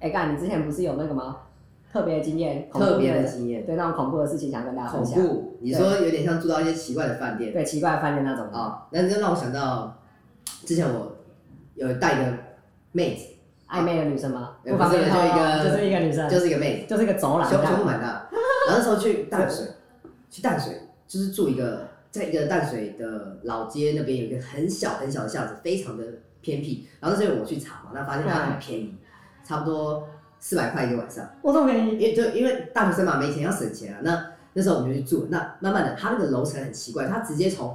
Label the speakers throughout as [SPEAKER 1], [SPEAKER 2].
[SPEAKER 1] 哎，干，你之前不是有那个吗？特别的经验，恐怖
[SPEAKER 2] 特别的经验，
[SPEAKER 1] 对那种恐怖的事情想跟大家分
[SPEAKER 2] 哦恐
[SPEAKER 1] 享。
[SPEAKER 2] 怖。你说有点像住到一些奇怪的饭店
[SPEAKER 1] 对，奇怪的饭店那种。
[SPEAKER 2] 啊，那就让我想到之前我有带一个妹子，
[SPEAKER 1] 暧昧的女生吗？
[SPEAKER 2] 也不是
[SPEAKER 1] 方便
[SPEAKER 2] 就
[SPEAKER 1] 透露
[SPEAKER 2] 一个
[SPEAKER 1] 就是一个女生，
[SPEAKER 2] 就是是一个妹子，
[SPEAKER 1] 就是一个走廊
[SPEAKER 2] 胸
[SPEAKER 1] 这样
[SPEAKER 2] 胸部蛮大。然后那时候去淡水，去淡水就是住一个在一个淡水的老街那边有一个很小很小的巷子，非常的偏僻。然后那时候我去查嘛，那发现它很便宜，差不多四百块一个晚上。
[SPEAKER 1] 我这么便宜，
[SPEAKER 2] 因为就因为大学生嘛，没钱要省钱啊。那那时候我们就去住，那慢慢的，他那个楼层很奇怪，他直接从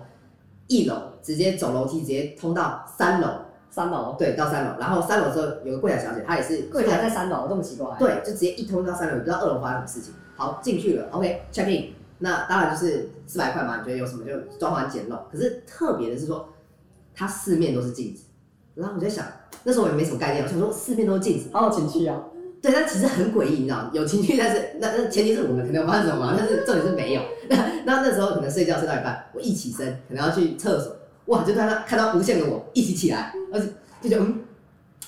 [SPEAKER 2] 一楼直接走楼梯，直接通到三楼，
[SPEAKER 1] 三楼，
[SPEAKER 2] 对，到三楼。然后三楼之后有个柜台小姐，她也是
[SPEAKER 1] 柜台在三楼，这么奇怪。，
[SPEAKER 2] 对，就直接一通到三楼，也不知道二楼发生什么事情。好，进去了，OK check in。那当然就是四百块嘛，你觉得有什么就装潢很简陋。可是特别的是说，它四面都是镜子。然后我就想，那时候我也没什么概念，我想说四面都是镜子，
[SPEAKER 1] 好有情趣哦。
[SPEAKER 2] 对，但其实很诡异，你知道吗？有情绪，但是那那前提是我们可能有发生什么嘛，但是重点是没有。那那那时候可能睡觉睡到一半，我一起身可能要去厕所，哇，就看到看到无限的我一起起来，而且就觉得嗯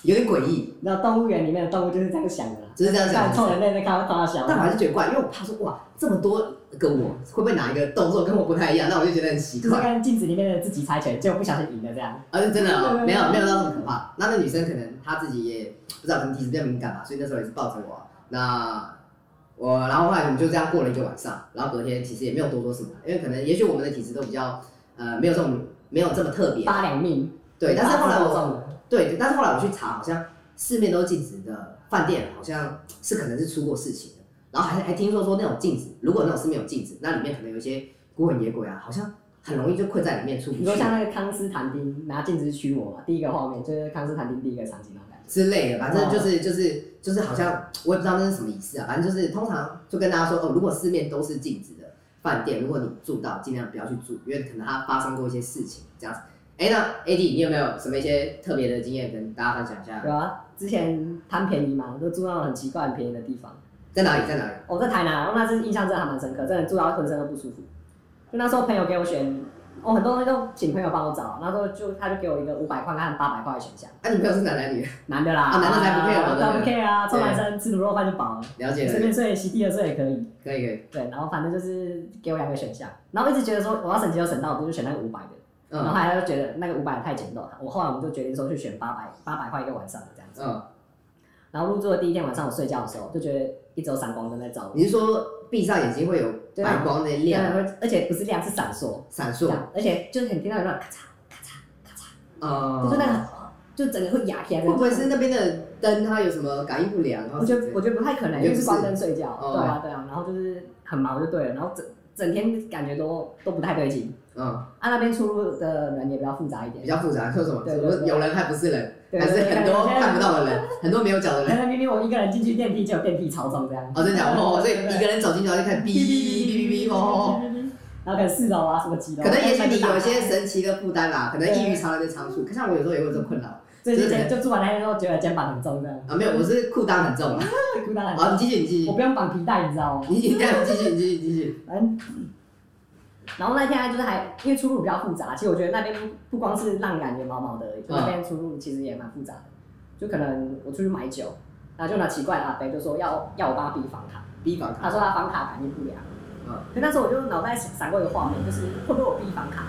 [SPEAKER 2] 有点诡异，
[SPEAKER 1] 你知道动物园里面的动物就是这样想的啦，
[SPEAKER 2] 就是这样
[SPEAKER 1] 像
[SPEAKER 2] 想。
[SPEAKER 1] 臭人类在开发小。
[SPEAKER 2] 但我还是觉得怪，因为我怕说哇这么多个我会不会哪一个动作跟我不太一样，那我就觉得很奇
[SPEAKER 1] 就是
[SPEAKER 2] 怪。
[SPEAKER 1] 跟镜子里面的自己猜拳，结果不小心赢了这样。
[SPEAKER 2] 而且真的哦
[SPEAKER 1] 对
[SPEAKER 2] 没有没有到那么可怕。那那女生可能她自己也不知道可能体质比较敏感吧，所以那时候也是抱着我啊。那我然后后来我们就这样过了一个晚上，然后隔天其实也没有多说什么，因为可能也许我们的体质都比较呃没有这种没有这么特别。
[SPEAKER 1] 八两命。
[SPEAKER 2] 对，但是后来
[SPEAKER 1] 八字都中
[SPEAKER 2] 我
[SPEAKER 1] 了
[SPEAKER 2] 对，但是后来我去查，好像四面都是镜子的饭店好像是可能是出过事情的，然后还还听说说那种镜子，如果那种是没有镜子，那里面可能有一些孤魂野鬼啊，好像很容易就困在里面出不去。啊
[SPEAKER 1] 你说像那个康斯坦丁拿镜子驱魔嘛，第一个画面就是康斯坦丁第一个场景那种感觉。
[SPEAKER 2] 之类的，反
[SPEAKER 1] 哦
[SPEAKER 2] 正就是就是就是好像我也不知道那是什么仪式啊，反正就是通常就跟大家说哦，如果四面都是镜子的饭店，如果你住到，尽量不要去住，因为可能它发生过一些事情这样子。哎，那 AD 你有没有什么一些特别的经验跟大家分享一下？
[SPEAKER 1] 有啊，之前贪便宜嘛，都住那种很奇怪、很便宜的地方。
[SPEAKER 2] 在哪里？在哪里？
[SPEAKER 1] 我、在台南，然后那次印象真的还蛮深刻，真的住到浑身都不舒服。就那时候朋友给我选，我、很多东西都请朋友帮我找，那时候就他就给我一个五百块和八百块的选项，
[SPEAKER 2] 啊，你朋友是哪男女？
[SPEAKER 1] 男的啦，
[SPEAKER 2] 啊男的才不 care 嘛
[SPEAKER 1] 啊当然不
[SPEAKER 2] 对
[SPEAKER 1] care 啊，臭男生吃卤肉饭就饱了，
[SPEAKER 2] 了解
[SPEAKER 1] 随
[SPEAKER 2] 了解，
[SPEAKER 1] 便睡、席地而睡也可以。
[SPEAKER 2] 可以可以，
[SPEAKER 1] 对，然后反正就是给我两个选项，然后我一直觉得说我要省钱就省到，我就选那个五百的，然后
[SPEAKER 2] 嗯
[SPEAKER 1] 后来他就觉得那个五百太简陋了，我后来我们就决定说去选八百八百块一个晚上的这样子。
[SPEAKER 2] 嗯，
[SPEAKER 1] 然后入住的第一天晚上我睡觉的时候就觉得一直有闪光灯在照我，
[SPEAKER 2] 你是说闭上眼睛会有白光的亮
[SPEAKER 1] 啊对啊而且不是亮是闪烁。
[SPEAKER 2] 闪
[SPEAKER 1] 这
[SPEAKER 2] 烁？
[SPEAKER 1] 样，而且就是很听到有那种咔嚓咔嚓咔嚓，
[SPEAKER 2] 哦
[SPEAKER 1] 就是那个就整个会压起来。
[SPEAKER 2] 会不会是？哦那边的灯它有什么感应不良？然啊后
[SPEAKER 1] 我觉得我觉得不太可能，因为是关灯睡觉，
[SPEAKER 2] 哦
[SPEAKER 1] 对啊对啊，然后就是很忙就对了，然后整整天感觉都都不太对劲。
[SPEAKER 2] 嗯
[SPEAKER 1] 啊，那边出入的人也比较复杂一点
[SPEAKER 2] 比，较复杂，说什么
[SPEAKER 1] 对
[SPEAKER 2] 什
[SPEAKER 1] 对
[SPEAKER 2] 么
[SPEAKER 1] 对
[SPEAKER 2] 有人还不是人，
[SPEAKER 1] 对
[SPEAKER 2] 还是
[SPEAKER 1] 对对
[SPEAKER 2] 很多
[SPEAKER 1] 对对
[SPEAKER 2] 看不到的人，很多没有脚的
[SPEAKER 1] 可
[SPEAKER 2] 人。
[SPEAKER 1] 能明明我一个人进去电梯就有电梯超重这样。
[SPEAKER 2] 哦，真的假的？哦，所以一个
[SPEAKER 1] 人
[SPEAKER 2] 人走进去然后就开始哔哔哔哔哔哦。
[SPEAKER 1] 然后可能四楼啊什么几楼，
[SPEAKER 2] 可能也许你有一些
[SPEAKER 1] 啊
[SPEAKER 2] 神奇的负担啦，可能异于常人的常数。像我有时候也会有这种困扰啊，
[SPEAKER 1] 最近就住完那天之后觉得肩膀很重这样，
[SPEAKER 2] 没有，我是裤裆很 重啊。
[SPEAKER 1] 孤单很
[SPEAKER 2] 好，你继续，你继
[SPEAKER 1] 我
[SPEAKER 2] 续，
[SPEAKER 1] 不用绑皮带，你知道吗？
[SPEAKER 2] 你你这样继续，你继续，你继续。
[SPEAKER 1] 嗯，然后那天就是还因为出入比较复杂，其实我觉得那边不不光是让感觉毛毛的而已，就那边出入其实也蛮复杂的。就可能我出去买酒，然后就拿奇怪的阿伯就说要要我帮他比房卡，
[SPEAKER 2] B 房
[SPEAKER 1] 他
[SPEAKER 2] 卡，
[SPEAKER 1] 说他房卡感应不良。
[SPEAKER 2] 嗯
[SPEAKER 1] 可那时候我就脑袋闪过一个画面，就是会不会我比房卡，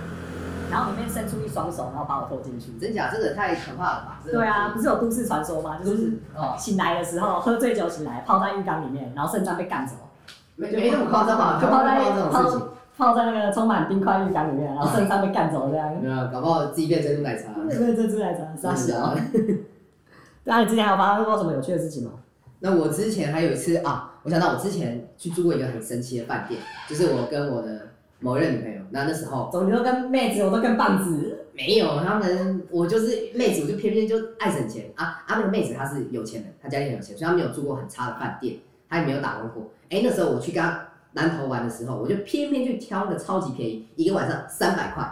[SPEAKER 1] 然后里面伸出一双手，然后把我拖进去。
[SPEAKER 2] 真假？这个太可怕了吧？这个
[SPEAKER 1] 对啊，不嗯是有都市传说吗？就
[SPEAKER 2] 都
[SPEAKER 1] 是
[SPEAKER 2] 市哦
[SPEAKER 1] 醒来的时候喝醉酒醒来，泡在浴缸里面，然后肾脏被干走。
[SPEAKER 2] 没没那么夸张吧？
[SPEAKER 1] 就
[SPEAKER 2] 搞不
[SPEAKER 1] 泡
[SPEAKER 2] 好
[SPEAKER 1] 在
[SPEAKER 2] 这种事
[SPEAKER 1] 泡
[SPEAKER 2] 情，
[SPEAKER 1] 泡在那个充满冰块浴缸里面，然后肾脏被干走这样。
[SPEAKER 2] 没有，搞不好自己变珍珠奶茶。
[SPEAKER 1] 对，这只来着，傻
[SPEAKER 2] 真的
[SPEAKER 1] 小
[SPEAKER 2] 啊。
[SPEAKER 1] 对啊，你之前还有发生过什么有趣的事情吗？
[SPEAKER 2] 那我之前还有一次啊，我想到我之前去住过一个很神奇的饭店，就是我跟我的某任女朋友，那那时候
[SPEAKER 1] 总你都跟妹子，我都跟棒子，
[SPEAKER 2] 没有他们，我就是妹子，我就偏偏就爱省钱啊啊！那个妹子她是有钱人，她家里很有钱，所以她没有住过很差的饭店，她也没有打工过。哎、那时候我去跟她南头玩的时候，我就偏偏去挑了超级便宜，一个晚上三百块。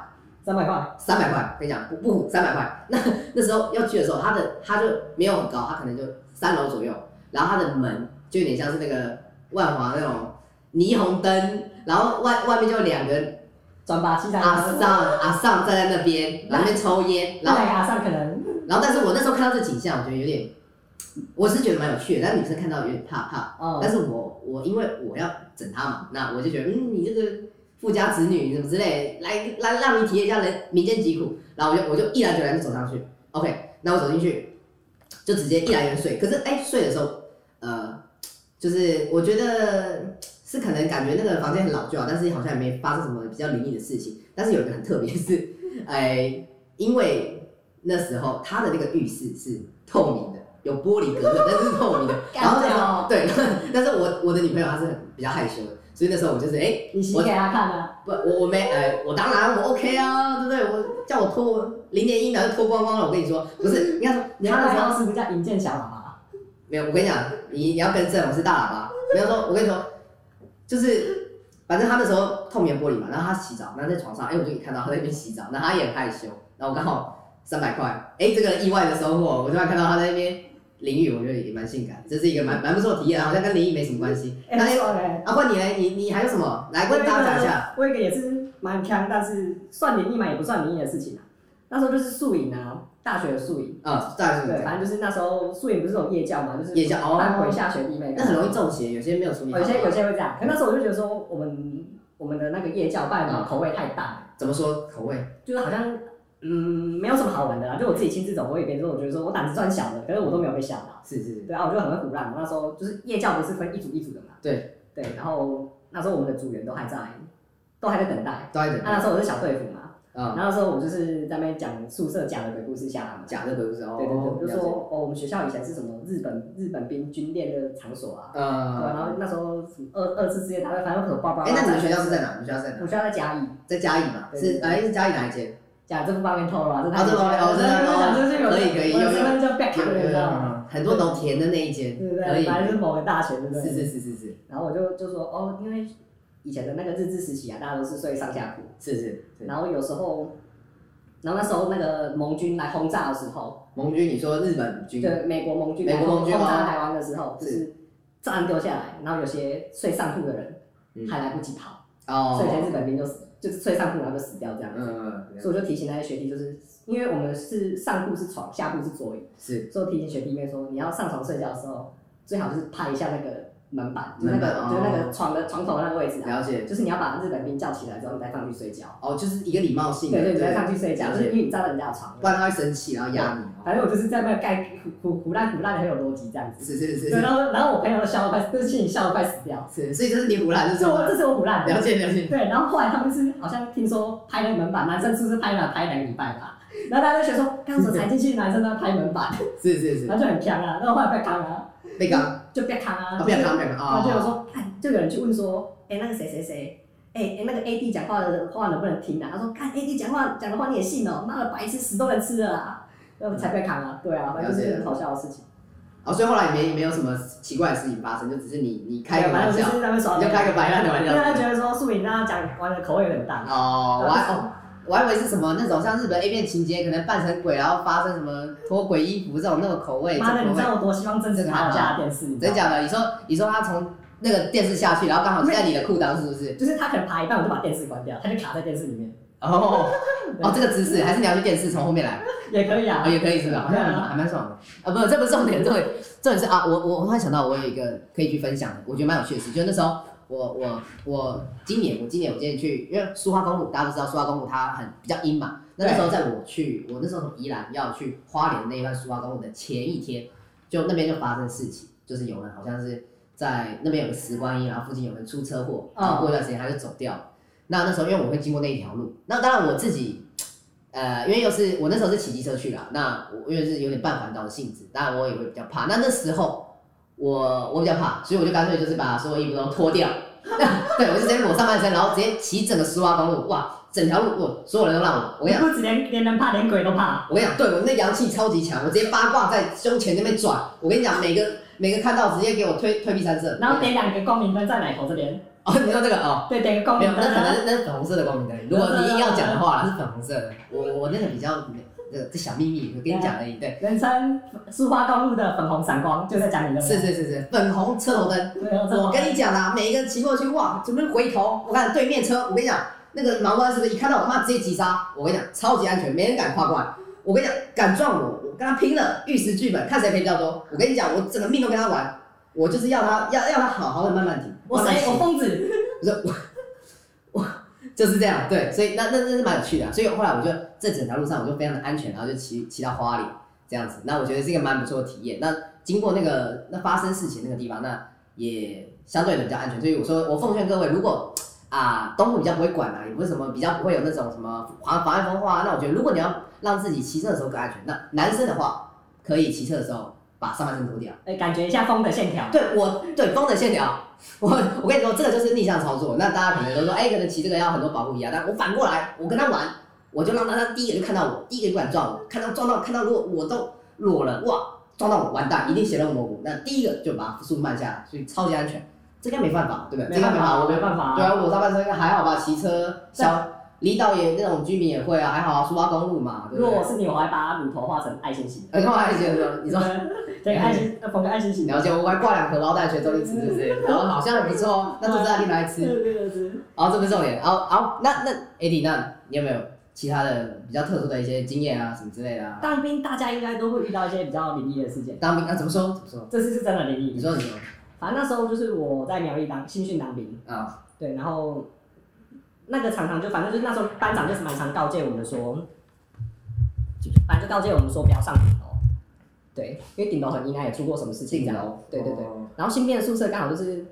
[SPEAKER 1] 三百块，
[SPEAKER 2] 三百块，跟你讲不不唬，三百块。 那那时候要去的时候，它的它就没有很高，它可能就三楼左右，然后它的门就有点像是那个万华那种霓虹灯，然后外外面就有两个
[SPEAKER 1] 转吧，七三
[SPEAKER 2] 阿
[SPEAKER 1] 八。
[SPEAKER 2] 尚阿尚站在那边，然后在那边抽烟，
[SPEAKER 1] 啊那
[SPEAKER 2] 然后
[SPEAKER 1] 两个阿上可能
[SPEAKER 2] 然后但是我那时候看到这景象，我觉得有点我是觉得蛮有趣的，但女生看到有点怕怕。
[SPEAKER 1] 嗯
[SPEAKER 2] 但是我我因为我要整她嘛，那我就觉得，嗯，你这个富家子女什么之类，来来让你体验一下人民间疾苦。然后我就我就毅然决然就走上去，OK，那我走进去就直接毅然决然睡。可是哎、睡的时候，呃，就是我觉得是可能感觉那个房间很老旧啊，但是好像也没发生什么比较灵异的事情。但是有一个很特别的是，哎、因为那时候他的那个浴室是透明的，有玻璃隔热，但是是透明的。然后那时候对，但是我我的女朋友她是很比较害羞的，所以那时候我就是哎、
[SPEAKER 1] 你洗给他看啊，
[SPEAKER 2] 不，我我没，呃，我当然我 OK 啊，对不对？我叫我脱我零点一秒就脱光光了，我跟你说，不是，应该说
[SPEAKER 1] 你
[SPEAKER 2] 你要
[SPEAKER 1] 看那
[SPEAKER 2] 那时候
[SPEAKER 1] 时候是不是叫银剑小啊喇叭？
[SPEAKER 2] 没有，我跟你讲，你你要跟正，我是大喇叭。没有说，我跟你说，就是反正他那时候透明玻璃嘛，然后他洗澡，然后在床上，哎、我就可以看到他在那边洗澡，然后他也很害羞，然后我刚好三百块，哎、这个意外的收获，我突然看到他在那边淋浴，我觉得也蛮性感，这是一个蛮蛮不错的体验，好像跟淋浴没什么关系。
[SPEAKER 1] 哎，
[SPEAKER 2] 然后
[SPEAKER 1] 很
[SPEAKER 2] 又
[SPEAKER 1] 爽哎。
[SPEAKER 2] 啊，换你来，你你还有什么来跟大家讲一下？
[SPEAKER 1] 我有一个也是蛮强，但是算灵异嘛，也不算灵异的事情啊。那时候就是宿营啊，大学的宿营，
[SPEAKER 2] 啊，大家
[SPEAKER 1] 对，
[SPEAKER 2] 讲
[SPEAKER 1] 反正就是那时候宿营不是有嗯夜教嘛，就是
[SPEAKER 2] 夜校哦
[SPEAKER 1] 班会下学弟妹，
[SPEAKER 2] 那很容易中邪，有些没有处理好。
[SPEAKER 1] 有些有些会这样。可那时候我就觉得说，我们我们的那个夜教办的口味太淡了，
[SPEAKER 2] 怎么说口味？
[SPEAKER 1] 就是好像嗯没有什么好玩的啦。就我自己亲自走过一遍之后，我觉得说我胆子算小的，可是我都没有被吓到。
[SPEAKER 2] 是是是，
[SPEAKER 1] 对啊，我就很会胡乱。我那时候就是夜教不是分一组一组的嘛，
[SPEAKER 2] 对
[SPEAKER 1] 对，然后那时候我们的组员都还在，都还在等待。啊
[SPEAKER 2] 都在等
[SPEAKER 1] 那那时候我是小队服嘛，
[SPEAKER 2] 啊，
[SPEAKER 1] 然后那时候我就是在那边讲宿舍假的鬼故事吓他们。
[SPEAKER 2] 假的鬼故事哦，
[SPEAKER 1] 对对对，就
[SPEAKER 2] 了解
[SPEAKER 1] 说哦，我们学校以前是什么日本日本兵军练的场所啊，对啊，然
[SPEAKER 2] 呃，
[SPEAKER 1] 后那时候什么二二次世界大战，反正很爆爆。
[SPEAKER 2] 哎，那你们学校是在？哪？你们学校在
[SPEAKER 1] 我
[SPEAKER 2] 哪
[SPEAKER 1] 们？学校在嘉义，
[SPEAKER 2] 在嘉义嘛？
[SPEAKER 1] 对
[SPEAKER 2] 是
[SPEAKER 1] 对对
[SPEAKER 2] 哎，是嘉义哪一间？
[SPEAKER 1] 讲这不方便透露啊，这太
[SPEAKER 2] 啊这
[SPEAKER 1] 明
[SPEAKER 2] 方
[SPEAKER 1] 显
[SPEAKER 2] 面哦
[SPEAKER 1] 了
[SPEAKER 2] 真的哦
[SPEAKER 1] 讲就是有
[SPEAKER 2] 可以可以
[SPEAKER 1] 我的
[SPEAKER 2] 有有
[SPEAKER 1] 身份证被砍了，你
[SPEAKER 2] 有
[SPEAKER 1] 知道吗？
[SPEAKER 2] 嗯有，很多农田的那一间，
[SPEAKER 1] 对不
[SPEAKER 2] 可
[SPEAKER 1] 对？
[SPEAKER 2] 以
[SPEAKER 1] 反正是某个大学，对不
[SPEAKER 2] 是
[SPEAKER 1] 对？
[SPEAKER 2] 是是是是
[SPEAKER 1] 然后我就就说哦，因为以前的那个日治时期啊，大家都是睡上下铺，
[SPEAKER 2] 是是是。
[SPEAKER 1] 然后有时候，然后那时候那个盟军来轰炸的时候，
[SPEAKER 2] 盟军，你说日本军
[SPEAKER 1] 对美国盟军，
[SPEAKER 2] 美国盟军
[SPEAKER 1] 然后轰
[SPEAKER 2] 哦
[SPEAKER 1] 炸台湾的时候，就是炸弹丢下来，然后有些睡上铺的人
[SPEAKER 2] 嗯
[SPEAKER 1] 还来不及跑，所以有
[SPEAKER 2] 哦，
[SPEAKER 1] 些日本兵就死，就是睡上铺然后就死掉这样。
[SPEAKER 2] 嗯，
[SPEAKER 1] 所以我就提醒那些学弟，就是因为我们是上铺是床，下铺是桌椅，
[SPEAKER 2] 是
[SPEAKER 1] 所以我提醒学弟妹说，你要上床睡觉的时候，最好就是拍一下那个门板，就是那
[SPEAKER 2] 门板
[SPEAKER 1] 个
[SPEAKER 2] 哦
[SPEAKER 1] 就是那个床的床头那个位置啊，
[SPEAKER 2] 了解
[SPEAKER 1] 就是你要把日本兵叫起来之后，你再上去睡觉。
[SPEAKER 2] 哦，就是一个礼貌性
[SPEAKER 1] 对
[SPEAKER 2] 的，
[SPEAKER 1] 对，你再上去睡觉，
[SPEAKER 2] 了
[SPEAKER 1] 就
[SPEAKER 2] 解
[SPEAKER 1] 是因为你站在人家的床
[SPEAKER 2] 不。然他会生气，然后压你哦。
[SPEAKER 1] 反正我就是在那盖胡胡胡乱胡乱的很有逻辑这样子。
[SPEAKER 2] 是是
[SPEAKER 1] 对，
[SPEAKER 2] 是是
[SPEAKER 1] 然后然后我朋友都笑到快，就是心里笑到快死掉，
[SPEAKER 2] 是，所以这是你胡乱，就是
[SPEAKER 1] 这我这是我腐烂
[SPEAKER 2] 了
[SPEAKER 1] 的。
[SPEAKER 2] 解了解。
[SPEAKER 1] 对，然后后来他们是好像听说拍了门板，男生是不是拍了拍两个礼拜吧？然后大家就觉得说，刚怎么才进去的男生都要拍门板，
[SPEAKER 2] 是是 是
[SPEAKER 1] 然，后就很强啊，然后后来被扛啊，
[SPEAKER 2] 被刚
[SPEAKER 1] 就被扛啊，
[SPEAKER 2] 啊，不要扛，不要扛
[SPEAKER 1] 然后就有
[SPEAKER 2] 啊！
[SPEAKER 1] 说，看，就有人去问说，哎，那个谁谁谁，哎哎，那个 A D 讲话的话能不能听啊？他说，看 A D 讲话讲的话你也信哦，妈的白痴屎都能吃的啦，然后才被扛啊，对啊，反正就是很好笑的事情。
[SPEAKER 2] 哦，所以后来也没没有什么奇怪的事情发生，就只是你你开个
[SPEAKER 1] 啊反
[SPEAKER 2] 玩
[SPEAKER 1] 正就
[SPEAKER 2] 笑
[SPEAKER 1] 是在那边耍，
[SPEAKER 2] 你就开个白烂的玩笑
[SPEAKER 1] 因为他觉得说素敏大家讲玩的口味有点淡，啊
[SPEAKER 2] 哦，我还哦我还以为是什么那种像日本 A 片情节，可能扮成鬼，然后发生什么脱鬼衣服这种那种口味，这
[SPEAKER 1] 妈的，
[SPEAKER 2] 种
[SPEAKER 1] 你
[SPEAKER 2] 口
[SPEAKER 1] 知
[SPEAKER 2] 味，
[SPEAKER 1] 道我多希望真子爬我家的电视，你知道吗？
[SPEAKER 2] 啊真假的？你说你说他从那个电视下去，然后刚好在你的裤裆是不是？
[SPEAKER 1] 就是他可能爬一半，我就把电视关掉，他就卡在电视里面，
[SPEAKER 2] 哦哦，这个姿势还是你要去电视从后面来，
[SPEAKER 1] 也可以啊
[SPEAKER 2] 哦，也可以是吧？好像还还蛮爽的啊，不，这不是重点，重点重点是啊，我我我突然想到，我有一个可以去分享的，我觉得蛮有趣的事，就是那时候我我我今年我今年我今年去，因为苏花公路大家都知道，苏花公路它很比较阴嘛。那那时候在我去，我那时候从宜兰要去花莲那一段苏花公路的前一天，就那边就发生事情，就是有人好像是在那边有个石观音，然后附近有人出车祸，然
[SPEAKER 1] 嗯
[SPEAKER 2] 后过一段时间他就走掉了。那那时候因为我会经过那一条路，那当然我自己呃，因为又是我那时候是骑机车去啦，那我因为是有点半环岛的性质，当然我也会比较怕。那那时候我我比较怕，所以我就干脆就是把所有衣服都脱掉， 对我就直接裸上半身，然后直接骑整个苏花公路，哇，整条路我所有人都让我，我跟你
[SPEAKER 1] 你
[SPEAKER 2] 讲，
[SPEAKER 1] 不止连连人怕，连鬼都怕，
[SPEAKER 2] 我跟你讲，对我那阳气超级强，我直接八卦在胸前那边转，我跟你讲，每个每个看到直接给我推推避三舍，
[SPEAKER 1] 然后点两个光明灯在奶头这边，
[SPEAKER 2] 哦，你说这个哦。
[SPEAKER 1] 对，点个光
[SPEAKER 2] 没有，
[SPEAKER 1] 明
[SPEAKER 2] 那
[SPEAKER 1] 灯
[SPEAKER 2] 可能
[SPEAKER 1] 啊，
[SPEAKER 2] 是那是粉红色的光明灯。如果你硬要讲的话，是粉红色的。我我那个比较那个这小秘密，我跟你讲而已。对，
[SPEAKER 1] 人称苏花公路的粉红闪光，就在讲你的，
[SPEAKER 2] 是，是是是，粉红车头灯。
[SPEAKER 1] 对，哦我
[SPEAKER 2] 我跟你讲啦，每一个人骑过去，哇，准备回头，我看对面车，我跟你讲，那个盲弯是不是一看到我妈直接急刹？我跟你讲，超级安全，没人敢跨过来。我跟你讲，敢撞我，我我跟他拼了，玉石俱焚，看谁赔比较多。我跟你讲，我整个命都跟他玩，我就是要他要要他好好的慢慢停，
[SPEAKER 1] 我
[SPEAKER 2] 慢慢
[SPEAKER 1] 谁？
[SPEAKER 2] 骑
[SPEAKER 1] 我疯子。
[SPEAKER 2] 不是我，我 就是这样，对，所以那那那是蛮有趣的啊、所以后来我就这整条路上我就非常的安全，然后就骑骑到花莲这样子，那我觉得是一个蛮不错的体验。那经过那个那发生事情那个地方，那也相对的比较安全，所以我说我奉劝各位，如果啊东部比较不会管啊，也不是什么比较不会有那种什么妨妨碍风化、啊，那我觉得如果你要让自己骑车的时候更安全，那男生的话可以骑车的时候把上半身脱掉。
[SPEAKER 1] 哎，感觉一下风的线条。
[SPEAKER 2] 对我对风的线条，我我跟你说，这个就是逆向操作。那大家可能都说，哎、可能骑这个要很多保护衣啊，但我反过来，我跟他玩，我就让他他第一个就看到我，第一个就敢撞我，看到撞到看到如果我都裸了，哇，撞到我完蛋，一定血肉模糊。那第一个就把速度慢下来，所以超级安全，这应该没办法，对不对？这
[SPEAKER 1] 没
[SPEAKER 2] 应
[SPEAKER 1] 办
[SPEAKER 2] 该没
[SPEAKER 1] 法，
[SPEAKER 2] 办
[SPEAKER 1] 我没
[SPEAKER 2] 法。
[SPEAKER 1] 办法
[SPEAKER 2] 对
[SPEAKER 1] 啊。
[SPEAKER 2] 啊，我上半身应该还好吧，骑车小离岛也那种居民也会啊，还好啊，苏花公路嘛，对
[SPEAKER 1] 如
[SPEAKER 2] 不
[SPEAKER 1] 果
[SPEAKER 2] 对
[SPEAKER 1] 我？是你，我还把乳头画成爱心型的。
[SPEAKER 2] 哎，干嘛还觉得你说？
[SPEAKER 1] 对，爱心，呃缝个爱心型的。
[SPEAKER 2] 了解，我还挂两荷包蛋学周星驰，是不是？然后好像很不错哦，那就是他另来吃。
[SPEAKER 1] 对对。
[SPEAKER 2] 然后这不是重点，然后然后那那 AD，那你有没有其他的比较特殊的一些经验啊，什么之类的啊？
[SPEAKER 1] 当兵大家应该都会遇到一些比较灵异的事件，
[SPEAKER 2] 当兵啊？怎么说？怎么说？
[SPEAKER 1] 这次是真的灵
[SPEAKER 2] 你
[SPEAKER 1] 异。
[SPEAKER 2] 说什么
[SPEAKER 1] 反正那时候就是我在苗栗当新训当兵，
[SPEAKER 2] 啊？
[SPEAKER 1] 对，然后那个常常就反正就是那时候班长就是蛮常告诫我们说，反正就告诫我们说不要上顶楼，对，因为顶楼很阴暗，也出过什么事情这
[SPEAKER 2] 顶
[SPEAKER 1] 样。
[SPEAKER 2] 楼，
[SPEAKER 1] 对对对
[SPEAKER 2] 哦，
[SPEAKER 1] 然后新编的宿舍刚好就是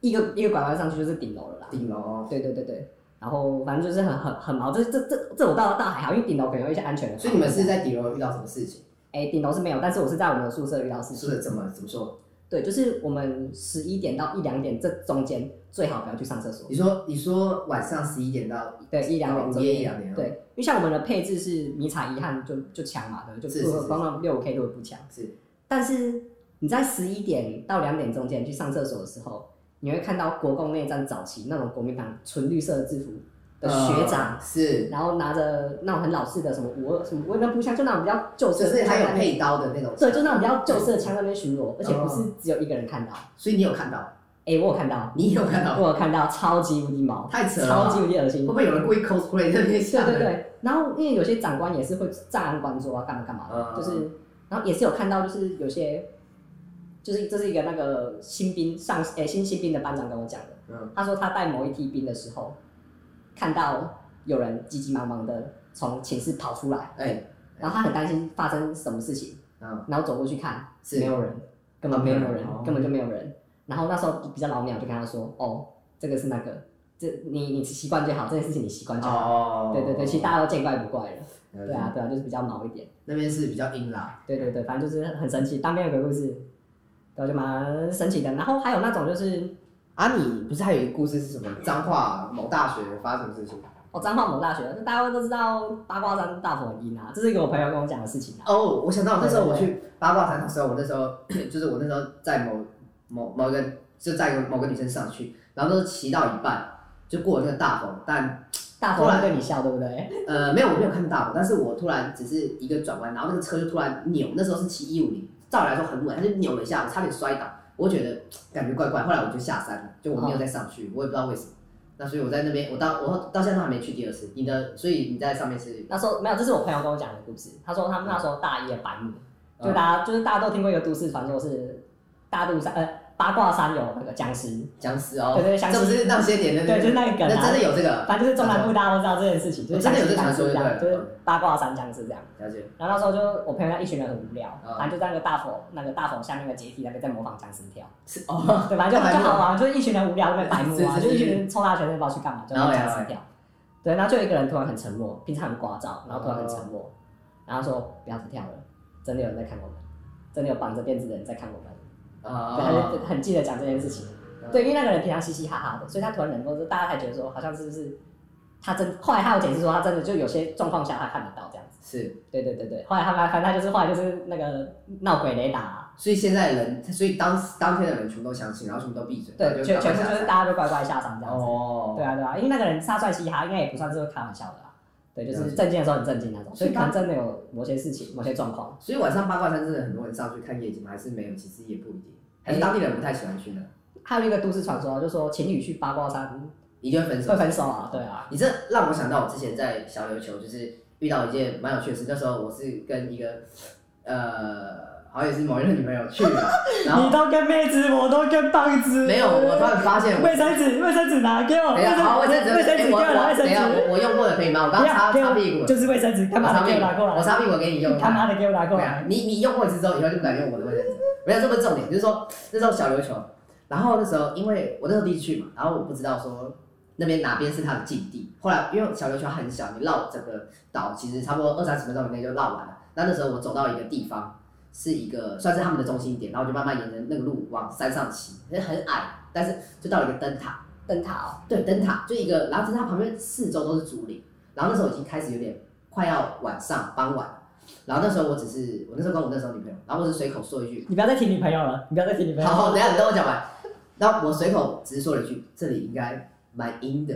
[SPEAKER 1] 一个一个拐弯上去就是顶楼了啦，
[SPEAKER 2] 顶楼。
[SPEAKER 1] 对对对对。然后反正就是很很很毛，这这这这我倒倒还好，因为顶楼可能有一些安全的考虑。
[SPEAKER 2] 所以你们是在顶楼遇到什么事情？
[SPEAKER 1] 哎，顶楼是没有，但是我是在我们的宿舍遇到事情。
[SPEAKER 2] 是怎么怎么说？
[SPEAKER 1] 对，就是我们十一点到一两点这中间最好不要去上厕所。
[SPEAKER 2] 你说你说晚上十一点到
[SPEAKER 1] 对，一两点
[SPEAKER 2] 哦
[SPEAKER 1] 中
[SPEAKER 2] 夜
[SPEAKER 1] 间。
[SPEAKER 2] 一两点哦
[SPEAKER 1] 对，因为像我们的配置是迷彩一和就就强嘛，对不对，
[SPEAKER 2] 是
[SPEAKER 1] 就是
[SPEAKER 2] 是
[SPEAKER 1] 光到六五 K 都不强。
[SPEAKER 2] 是
[SPEAKER 1] 但是你在十一点到两点中间去上厕所的时候，你会看到国共内战早期那种国民党纯绿色制服的学长，
[SPEAKER 2] 呃是，
[SPEAKER 1] 然后拿着那种很老式的什么五二什么五二那步枪，就那种比较旧
[SPEAKER 2] 就
[SPEAKER 1] 式的
[SPEAKER 2] 是
[SPEAKER 1] 枪
[SPEAKER 2] 还有
[SPEAKER 1] 在那边，
[SPEAKER 2] 配哦刀的那种，
[SPEAKER 1] 对，就那种比较旧式的枪在那边巡逻，而且不是只有一个人看到。
[SPEAKER 2] 所以你有看到，
[SPEAKER 1] 哎、我有看到，
[SPEAKER 2] 你有看到，
[SPEAKER 1] 我有看到，超级无敌毛，
[SPEAKER 2] 太扯了
[SPEAKER 1] 超
[SPEAKER 2] 吧，
[SPEAKER 1] 级无敌恶
[SPEAKER 2] 会
[SPEAKER 1] 心
[SPEAKER 2] 不。会有人故意 cosplay 在那边
[SPEAKER 1] 对
[SPEAKER 2] 吓
[SPEAKER 1] 对
[SPEAKER 2] 人？
[SPEAKER 1] 对，然后因为有些长官也是会障碍关桌啊，干嘛干嘛的，
[SPEAKER 2] 嗯
[SPEAKER 1] 就是，然后也是有看到，就是有些，就是这是一个那个新兵上诶、新新兵的班长跟我讲的，
[SPEAKER 2] 嗯
[SPEAKER 1] 他说他带某一批兵的时候，看到有人急急忙忙的从寝室跑出来，
[SPEAKER 2] 哎，
[SPEAKER 1] 然后他很担心发生什么事情，
[SPEAKER 2] 嗯，
[SPEAKER 1] 然后走过去看，
[SPEAKER 2] 是
[SPEAKER 1] 没有人，根本没有人，
[SPEAKER 2] 哦
[SPEAKER 1] 根本就没有人。然后那时候比较老鸟就跟他说：“哦，这个是那个，这你你习惯就好，这件事情你习惯就好。
[SPEAKER 2] 哦
[SPEAKER 1] 对对对，其实大家都见怪不怪了。
[SPEAKER 2] 了解
[SPEAKER 1] 对啊，对啊，就是比较毛一点。
[SPEAKER 2] 那边是比较阴啦，
[SPEAKER 1] 对对对，反正就是很神奇。当面有个故事，对，啊就蛮神奇的。然后还有那种就是，
[SPEAKER 2] 啊，你不是还有一个故事是什么？彰化某大学发生什么事情？
[SPEAKER 1] 哦，彰化某大学，就大家都知道八卦山大佛很阴啊，这是一个我朋友跟我讲的事情啊。
[SPEAKER 2] 哦，我想到那时候我去八卦山的时候，我那时候 就是我那时候在某某某一个就载一个某个女生上去，然后都骑到一半就过了那个大风，但
[SPEAKER 1] 大佛会对你笑，对不对？
[SPEAKER 2] 呃没有我没有看到大风，但是我突然只是一个转弯，然后那个车就突然扭，那时候是骑一五零，照理来说很稳，它就扭了一下，我差点摔倒，我觉得感觉怪怪，后来我就下山了，就我没
[SPEAKER 1] 哦
[SPEAKER 2] 有再上去，我也不知道为什么。那所以我在那边，我到我到现在都还没去第二次。你的，所以你在上面是
[SPEAKER 1] 那时候没有，这是我朋友跟我讲的故事。他说他们那时候大一的白目，
[SPEAKER 2] 嗯
[SPEAKER 1] 就大家就是大家都听过一个都市传说是大肚山呃八卦山有那个僵尸，
[SPEAKER 2] 僵尸哦，
[SPEAKER 1] 对对僵尸
[SPEAKER 2] 这 不是那些年的 那
[SPEAKER 1] 对，就是
[SPEAKER 2] 个，
[SPEAKER 1] 那个梗
[SPEAKER 2] 那真
[SPEAKER 1] 啊
[SPEAKER 2] 的。有这个
[SPEAKER 1] 反正就是中南部大家都知道这件事情，就是
[SPEAKER 2] 嗯哦真的有这
[SPEAKER 1] 僵
[SPEAKER 2] 传
[SPEAKER 1] 尸
[SPEAKER 2] 说
[SPEAKER 1] 这样，就
[SPEAKER 2] 对嗯
[SPEAKER 1] 是八卦山僵尸这样。
[SPEAKER 2] 了解，
[SPEAKER 1] 然后那时候就我朋友那一群人很无聊，
[SPEAKER 2] 嗯
[SPEAKER 1] 反正就在那个大佛那个大佛下面的阶梯那边在模仿僵尸跳，
[SPEAKER 2] 是哦，
[SPEAKER 1] 对，反正就
[SPEAKER 2] 干嘛
[SPEAKER 1] 很
[SPEAKER 2] 呢
[SPEAKER 1] 好玩，就是一群人无聊在那边白目啊，
[SPEAKER 2] 是是
[SPEAKER 1] 就是一群人抽大学生不知道去干嘛，就在
[SPEAKER 2] 然后
[SPEAKER 1] 那
[SPEAKER 2] 嘞
[SPEAKER 1] 边僵尸跳。对，然后就有一个人突然很沉默，平常很聒噪，然后突然很沉默，然后说不要再跳了，真的有人在看我们，真的有绑着辫子的人在看我们。对，他
[SPEAKER 2] 啊
[SPEAKER 1] 就，很记得讲这件事情。
[SPEAKER 2] 嗯
[SPEAKER 1] 对，因为那个人平常嘻嘻哈哈的，所以他突然冷落，就大家才觉得说好像是不是他真。后来他有解释说，他真的就有些状况下他看得到这样子。
[SPEAKER 2] 是，
[SPEAKER 1] 对对对对，后来他反正他就是后来就是那个闹鬼雷达、啊
[SPEAKER 2] 所以现在人，所以当当天的人全部都相信，然后全部都闭嘴，
[SPEAKER 1] 对，全
[SPEAKER 2] 然后
[SPEAKER 1] 全
[SPEAKER 2] 就
[SPEAKER 1] 部就是
[SPEAKER 2] 赶快下山
[SPEAKER 1] 大家都乖乖下山这样子。对
[SPEAKER 2] 哦，
[SPEAKER 1] 啊对啊，因为那个人他算嘻哈，应该也不算是开玩笑的啦。对，就
[SPEAKER 2] 了
[SPEAKER 1] 是
[SPEAKER 2] 解
[SPEAKER 1] 震惊的时候很震惊那种，所以
[SPEAKER 2] 是
[SPEAKER 1] 可
[SPEAKER 2] 吧
[SPEAKER 1] 能真的有某些事情、某些状况。
[SPEAKER 2] 所以晚上八卦山真的很多人上去看夜景吗？还是没有？其实也不一定，还是
[SPEAKER 1] 哎
[SPEAKER 2] 当地人不太喜欢去呢，
[SPEAKER 1] 还有一个都市传说，就说情侣去八卦山
[SPEAKER 2] 一定会分手
[SPEAKER 1] 会。分手啊，对啊，
[SPEAKER 2] 你这让我想到我之前在小琉球，就是遇到一件蛮有趣的事。那时候我是跟一个呃，好像也是某一任女朋友 去了，然
[SPEAKER 3] 你
[SPEAKER 2] 后
[SPEAKER 3] 都跟妹子，我都跟棒子。
[SPEAKER 2] 没有，我突然发现我，
[SPEAKER 3] 卫生纸，卫生纸拿给我，
[SPEAKER 2] 等
[SPEAKER 3] 卫
[SPEAKER 2] 一下，好，我
[SPEAKER 3] 生
[SPEAKER 2] 这
[SPEAKER 3] 纸，
[SPEAKER 2] 这
[SPEAKER 3] 卫生
[SPEAKER 1] 哎
[SPEAKER 2] 这，
[SPEAKER 3] 纸给
[SPEAKER 2] 我
[SPEAKER 3] 我拿，
[SPEAKER 2] 我
[SPEAKER 3] 卫生
[SPEAKER 2] 等一下，
[SPEAKER 3] 纸。
[SPEAKER 2] 我我用过的可以吗？我
[SPEAKER 3] 不
[SPEAKER 2] 刚刚
[SPEAKER 3] 要
[SPEAKER 2] 擦
[SPEAKER 3] 给
[SPEAKER 2] 擦
[SPEAKER 3] 我
[SPEAKER 2] 屁股，
[SPEAKER 3] 就是卫生纸，干
[SPEAKER 2] 我
[SPEAKER 3] 嘛
[SPEAKER 2] 擦
[SPEAKER 3] 的
[SPEAKER 2] 屁
[SPEAKER 3] 给我
[SPEAKER 2] 股
[SPEAKER 3] 拿过，
[SPEAKER 2] 我
[SPEAKER 3] 来，
[SPEAKER 2] 擦屁股给你用，
[SPEAKER 3] 他妈的给我拿过
[SPEAKER 2] 对啊
[SPEAKER 3] 来，，
[SPEAKER 2] 你你用过一次之后，以后就不敢用我的卫生纸。没有，这不是重点，就是说那时候小琉球，然后那时候因为我那时候第一次去嘛，然后我不知道说那边哪边是它的禁地。后来因为小琉球很小，你绕整个岛其实差不多二三十分钟以内就绕完了。那那时候我走到一个地方，是一个算是他们的中心点，然后我就慢慢沿着那个路往山上骑，很矮，但是就到了一个灯塔，
[SPEAKER 1] 灯塔哦，
[SPEAKER 2] 对，灯塔就一个，然后只是它旁边四周都是竹林，然后那时候已经开始有点快要晚上傍晚了，然后那时候我只是我那时候跟我那时候女朋友，然后我只是随口说一句，
[SPEAKER 3] 你不要再提你朋友了，你不要再提你朋友
[SPEAKER 2] 好
[SPEAKER 3] 了。
[SPEAKER 2] 好，等一下你等我讲完，然后我随口只是说了一句，这里应该蛮阴的，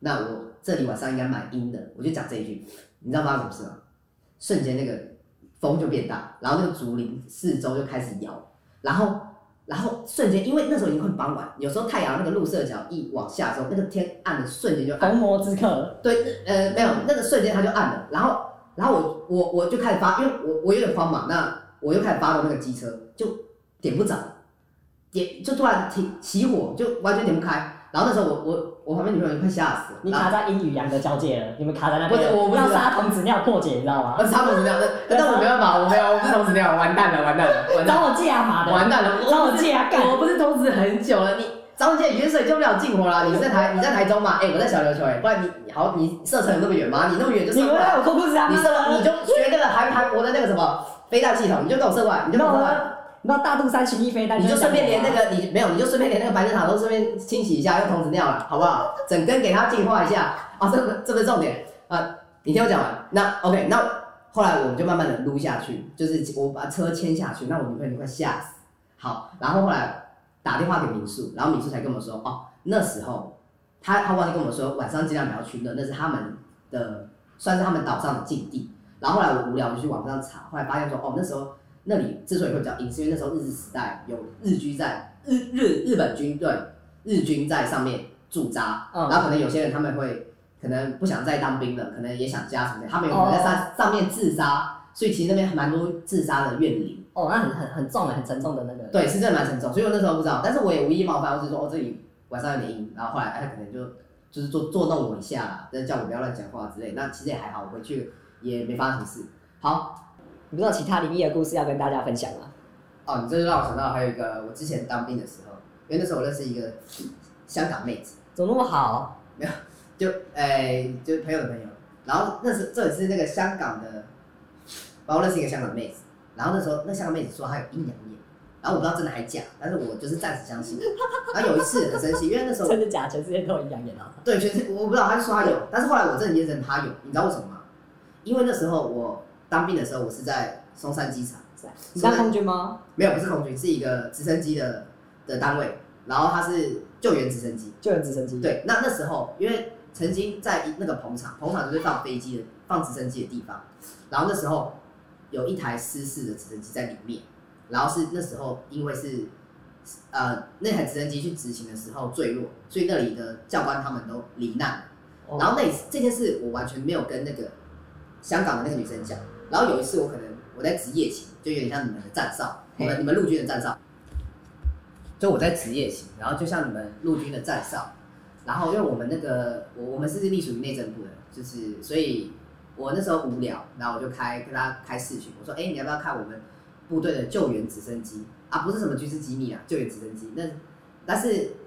[SPEAKER 2] 那我这里晚上应该蛮阴的，我就讲这一句，你知道发生什么事吗？瞬间那个风就变大，然后那个竹林四周就开始摇，然后然后瞬间，因为那时候已经快傍晚，有时候太阳那个入射角一往下的时候，那个天暗的瞬间就暗
[SPEAKER 3] 逢魔之客，
[SPEAKER 2] 对，那呃，没有，那个瞬间它就暗了，然后，然后我我我就开始发，因为我我有点慌嘛，那我又开始发动那个机车，就点不着，点就突然停起火，就完全点不开。然后那时候我我我旁边女朋友也快吓死了，
[SPEAKER 3] 你
[SPEAKER 2] 然
[SPEAKER 3] 卡
[SPEAKER 2] 后
[SPEAKER 3] 在阴与阳的交界了，你们卡在那边
[SPEAKER 2] 我我不
[SPEAKER 3] 了，
[SPEAKER 2] 知道
[SPEAKER 3] 要杀童子尿破解，你知道吗
[SPEAKER 2] 我？是他们尿， 但但我没办法，我没有，我不是童子尿，完蛋了，完蛋了，完蛋
[SPEAKER 3] 找
[SPEAKER 2] 了，
[SPEAKER 3] 我借啊，妈的！
[SPEAKER 2] 完蛋了，
[SPEAKER 3] 找
[SPEAKER 2] 我
[SPEAKER 3] 我借啊，干！
[SPEAKER 2] 我不是童子很久了，你张建雨水救不了近火啦。你在台你在台中嘛？哎、我在小琉球哎、不然你好，你射程有那么远吗？你那么远就
[SPEAKER 3] 你
[SPEAKER 2] 射
[SPEAKER 3] 回
[SPEAKER 2] 过来
[SPEAKER 3] 来。我哭裤子啊，
[SPEAKER 2] 你
[SPEAKER 3] 妈
[SPEAKER 2] 射了，你
[SPEAKER 3] 的！
[SPEAKER 2] 就学那个韩韩国的那个什么飞弹系统，你就给我射过来，你就给我射过来，
[SPEAKER 3] 你知道大肚山巡弋飞弹，
[SPEAKER 2] 你就顺便连那个你没有，你就顺便连那个白灯塔都顺便清洗一下，用童子尿了，好不好？整根给它净化一下啊，这个这个是重点啊，你听我讲完。那 OK，那后来我们就慢慢的撸下去，就是我把车牵下去，那我女朋友就快吓死。好，然后后来打电话给民宿，然后民宿才跟我们说，哦，那时候他他忘记跟我们说晚上尽量不要去那，那是他们的算是他们岛上的禁地。然后后来我无聊我就去网上查，后来发现说，哦，那时候那里之所以会比较阴，是因为那时候日治时代有日居在日日日本军队日军在上面驻扎，
[SPEAKER 3] 嗯
[SPEAKER 2] 然后可能有些人他们会可能不想再当兵了，可能也想家什么的，他们有可能在上上面自杀，所以其实那边还蛮多自杀的怨灵。
[SPEAKER 1] 哦，那很很很重的，很沉重的那个。
[SPEAKER 2] 对，是真的蛮沉重，所以我那时候不知道，但是我也无意冒犯，我只是说哦这里晚上有点阴，然后后来哎可能就就是做作弄我一下啦，但叫我不要啊乱讲话之类，那其实也还好，我回去也没发生什么事。好，
[SPEAKER 1] 你不知道其他灵异的故事要跟大家分享吗？
[SPEAKER 2] 哦，你这就让我想到还有一个，我之前当兵的时候，因为那时候我认识一个香港妹子，
[SPEAKER 1] 怎么那么好？
[SPEAKER 2] 就哎、就是朋友的朋友，然后那时这也是那个香港的，然后认识一个香港妹子，然后那时候那香港妹子说她有阴阳眼，然后我不知道真的还假，但是我就是暂时相信。然后有一次很生气，因为那时候我
[SPEAKER 3] 真的假的，全世界都一样演啊。
[SPEAKER 2] 对，全是我不知道，他就说他有，但是后来我真的验证他有，你知道为什么吗？因为那时候我当兵的时候，我是在松山机场，
[SPEAKER 1] 你当空军吗？
[SPEAKER 2] 没有不是空军，是一个直升机的的单位，然后他是救援直升机。
[SPEAKER 1] 救援直升机。。
[SPEAKER 2] 对，那那时候因为曾经在一那个棚场，棚场就是放飞机的、放直升机的地方，然后那时候有一台失事的直升机在里面，然后是那时候因为是呃那台直升机去执行的时候坠落，所以那里的教官他们都罹难了。
[SPEAKER 3] 哦
[SPEAKER 2] 然后那一次这件事我完全没有跟那个香港的那个女生讲。然后有一次我可能我在值夜勤，就有点像你们的站哨，你们你们陆军的站哨，就我在值夜勤，然后就像你们陆军的站哨，然后因为我们那个我我们是隶属于内政部的，就是所以我那时候无聊，然后我就开跟他开视讯，我说哎你要不要看我们部队的救援直升机啊？不是什么军事机密啊，救援直升机那但是。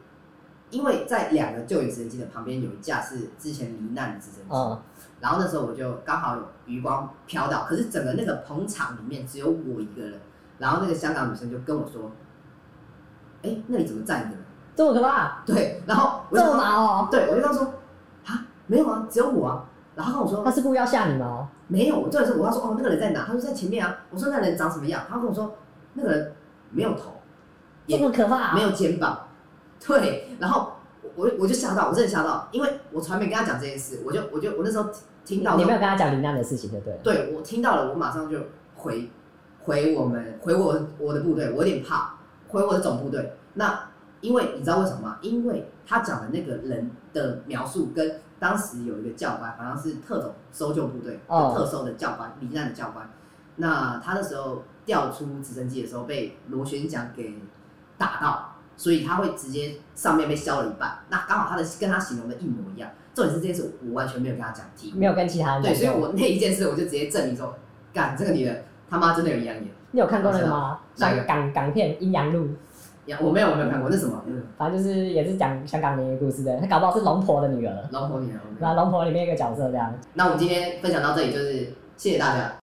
[SPEAKER 2] 因为在两个救援直升机的旁边有一架是之前罹难的直升机，
[SPEAKER 3] 嗯，
[SPEAKER 2] 然后那时候我就刚好有余光瞟到，可是整个那个棚场里面只有我一个人。然后那个香港女生就跟我说：“哎，那里怎么站一个人
[SPEAKER 3] 这么可怕，？”
[SPEAKER 2] 对，然后我
[SPEAKER 3] 这
[SPEAKER 2] 就
[SPEAKER 3] 么毛哦，
[SPEAKER 2] 对，我就跟她说：“啊，没有啊，只有我啊。”然后她跟我说
[SPEAKER 3] 他是故意要吓你们哦。：“
[SPEAKER 2] 没有。”我这时候我要说：“哦，那个人在哪？”她说：“在前面啊。”我说：“那人长什么样？”她跟我说：“那个人没有头，
[SPEAKER 3] 这么可怕、
[SPEAKER 2] 没有肩膀。”对，然后我我就吓到，我真的吓到，因为我从来没跟她讲这件事，我就我就我那时候听到
[SPEAKER 3] 你
[SPEAKER 2] 说
[SPEAKER 3] 没有跟他讲林丹的事情，对不对了？
[SPEAKER 2] 对我听到了，我马上就回回我们回我我的部队，我有点怕，回我的总部队。那因为你知道为什么吗？因为他讲的那个人的描述跟当时有一个教官，好像是特种搜救部队、
[SPEAKER 3] 哦
[SPEAKER 2] 特搜的教官、罹难的教官，那他那时候调出直升机的时候被螺旋桨给打到，所以他会直接上面被削了一半。那刚好他的跟他形容的一模一样。重点是这件事我完全没有跟他讲题目，
[SPEAKER 1] 没有跟其他人
[SPEAKER 2] 对，
[SPEAKER 1] 讲
[SPEAKER 2] 所以
[SPEAKER 1] 过
[SPEAKER 2] 我那一件事我就直接证明说，干这个女人他妈真的有阴阳眼。
[SPEAKER 1] 你有看过那个吗？
[SPEAKER 2] 哪个
[SPEAKER 1] 香港港片《阴阳路》，
[SPEAKER 2] 呀，我没有，我没有看过，那什么？
[SPEAKER 1] 反正就是也是讲香港的一个故事的，他搞不好是龙婆的女儿，
[SPEAKER 2] 老婆女人。啊
[SPEAKER 1] 然后龙婆里面一个角色这样。
[SPEAKER 2] 那我们今天分享到这里，就是谢谢大家。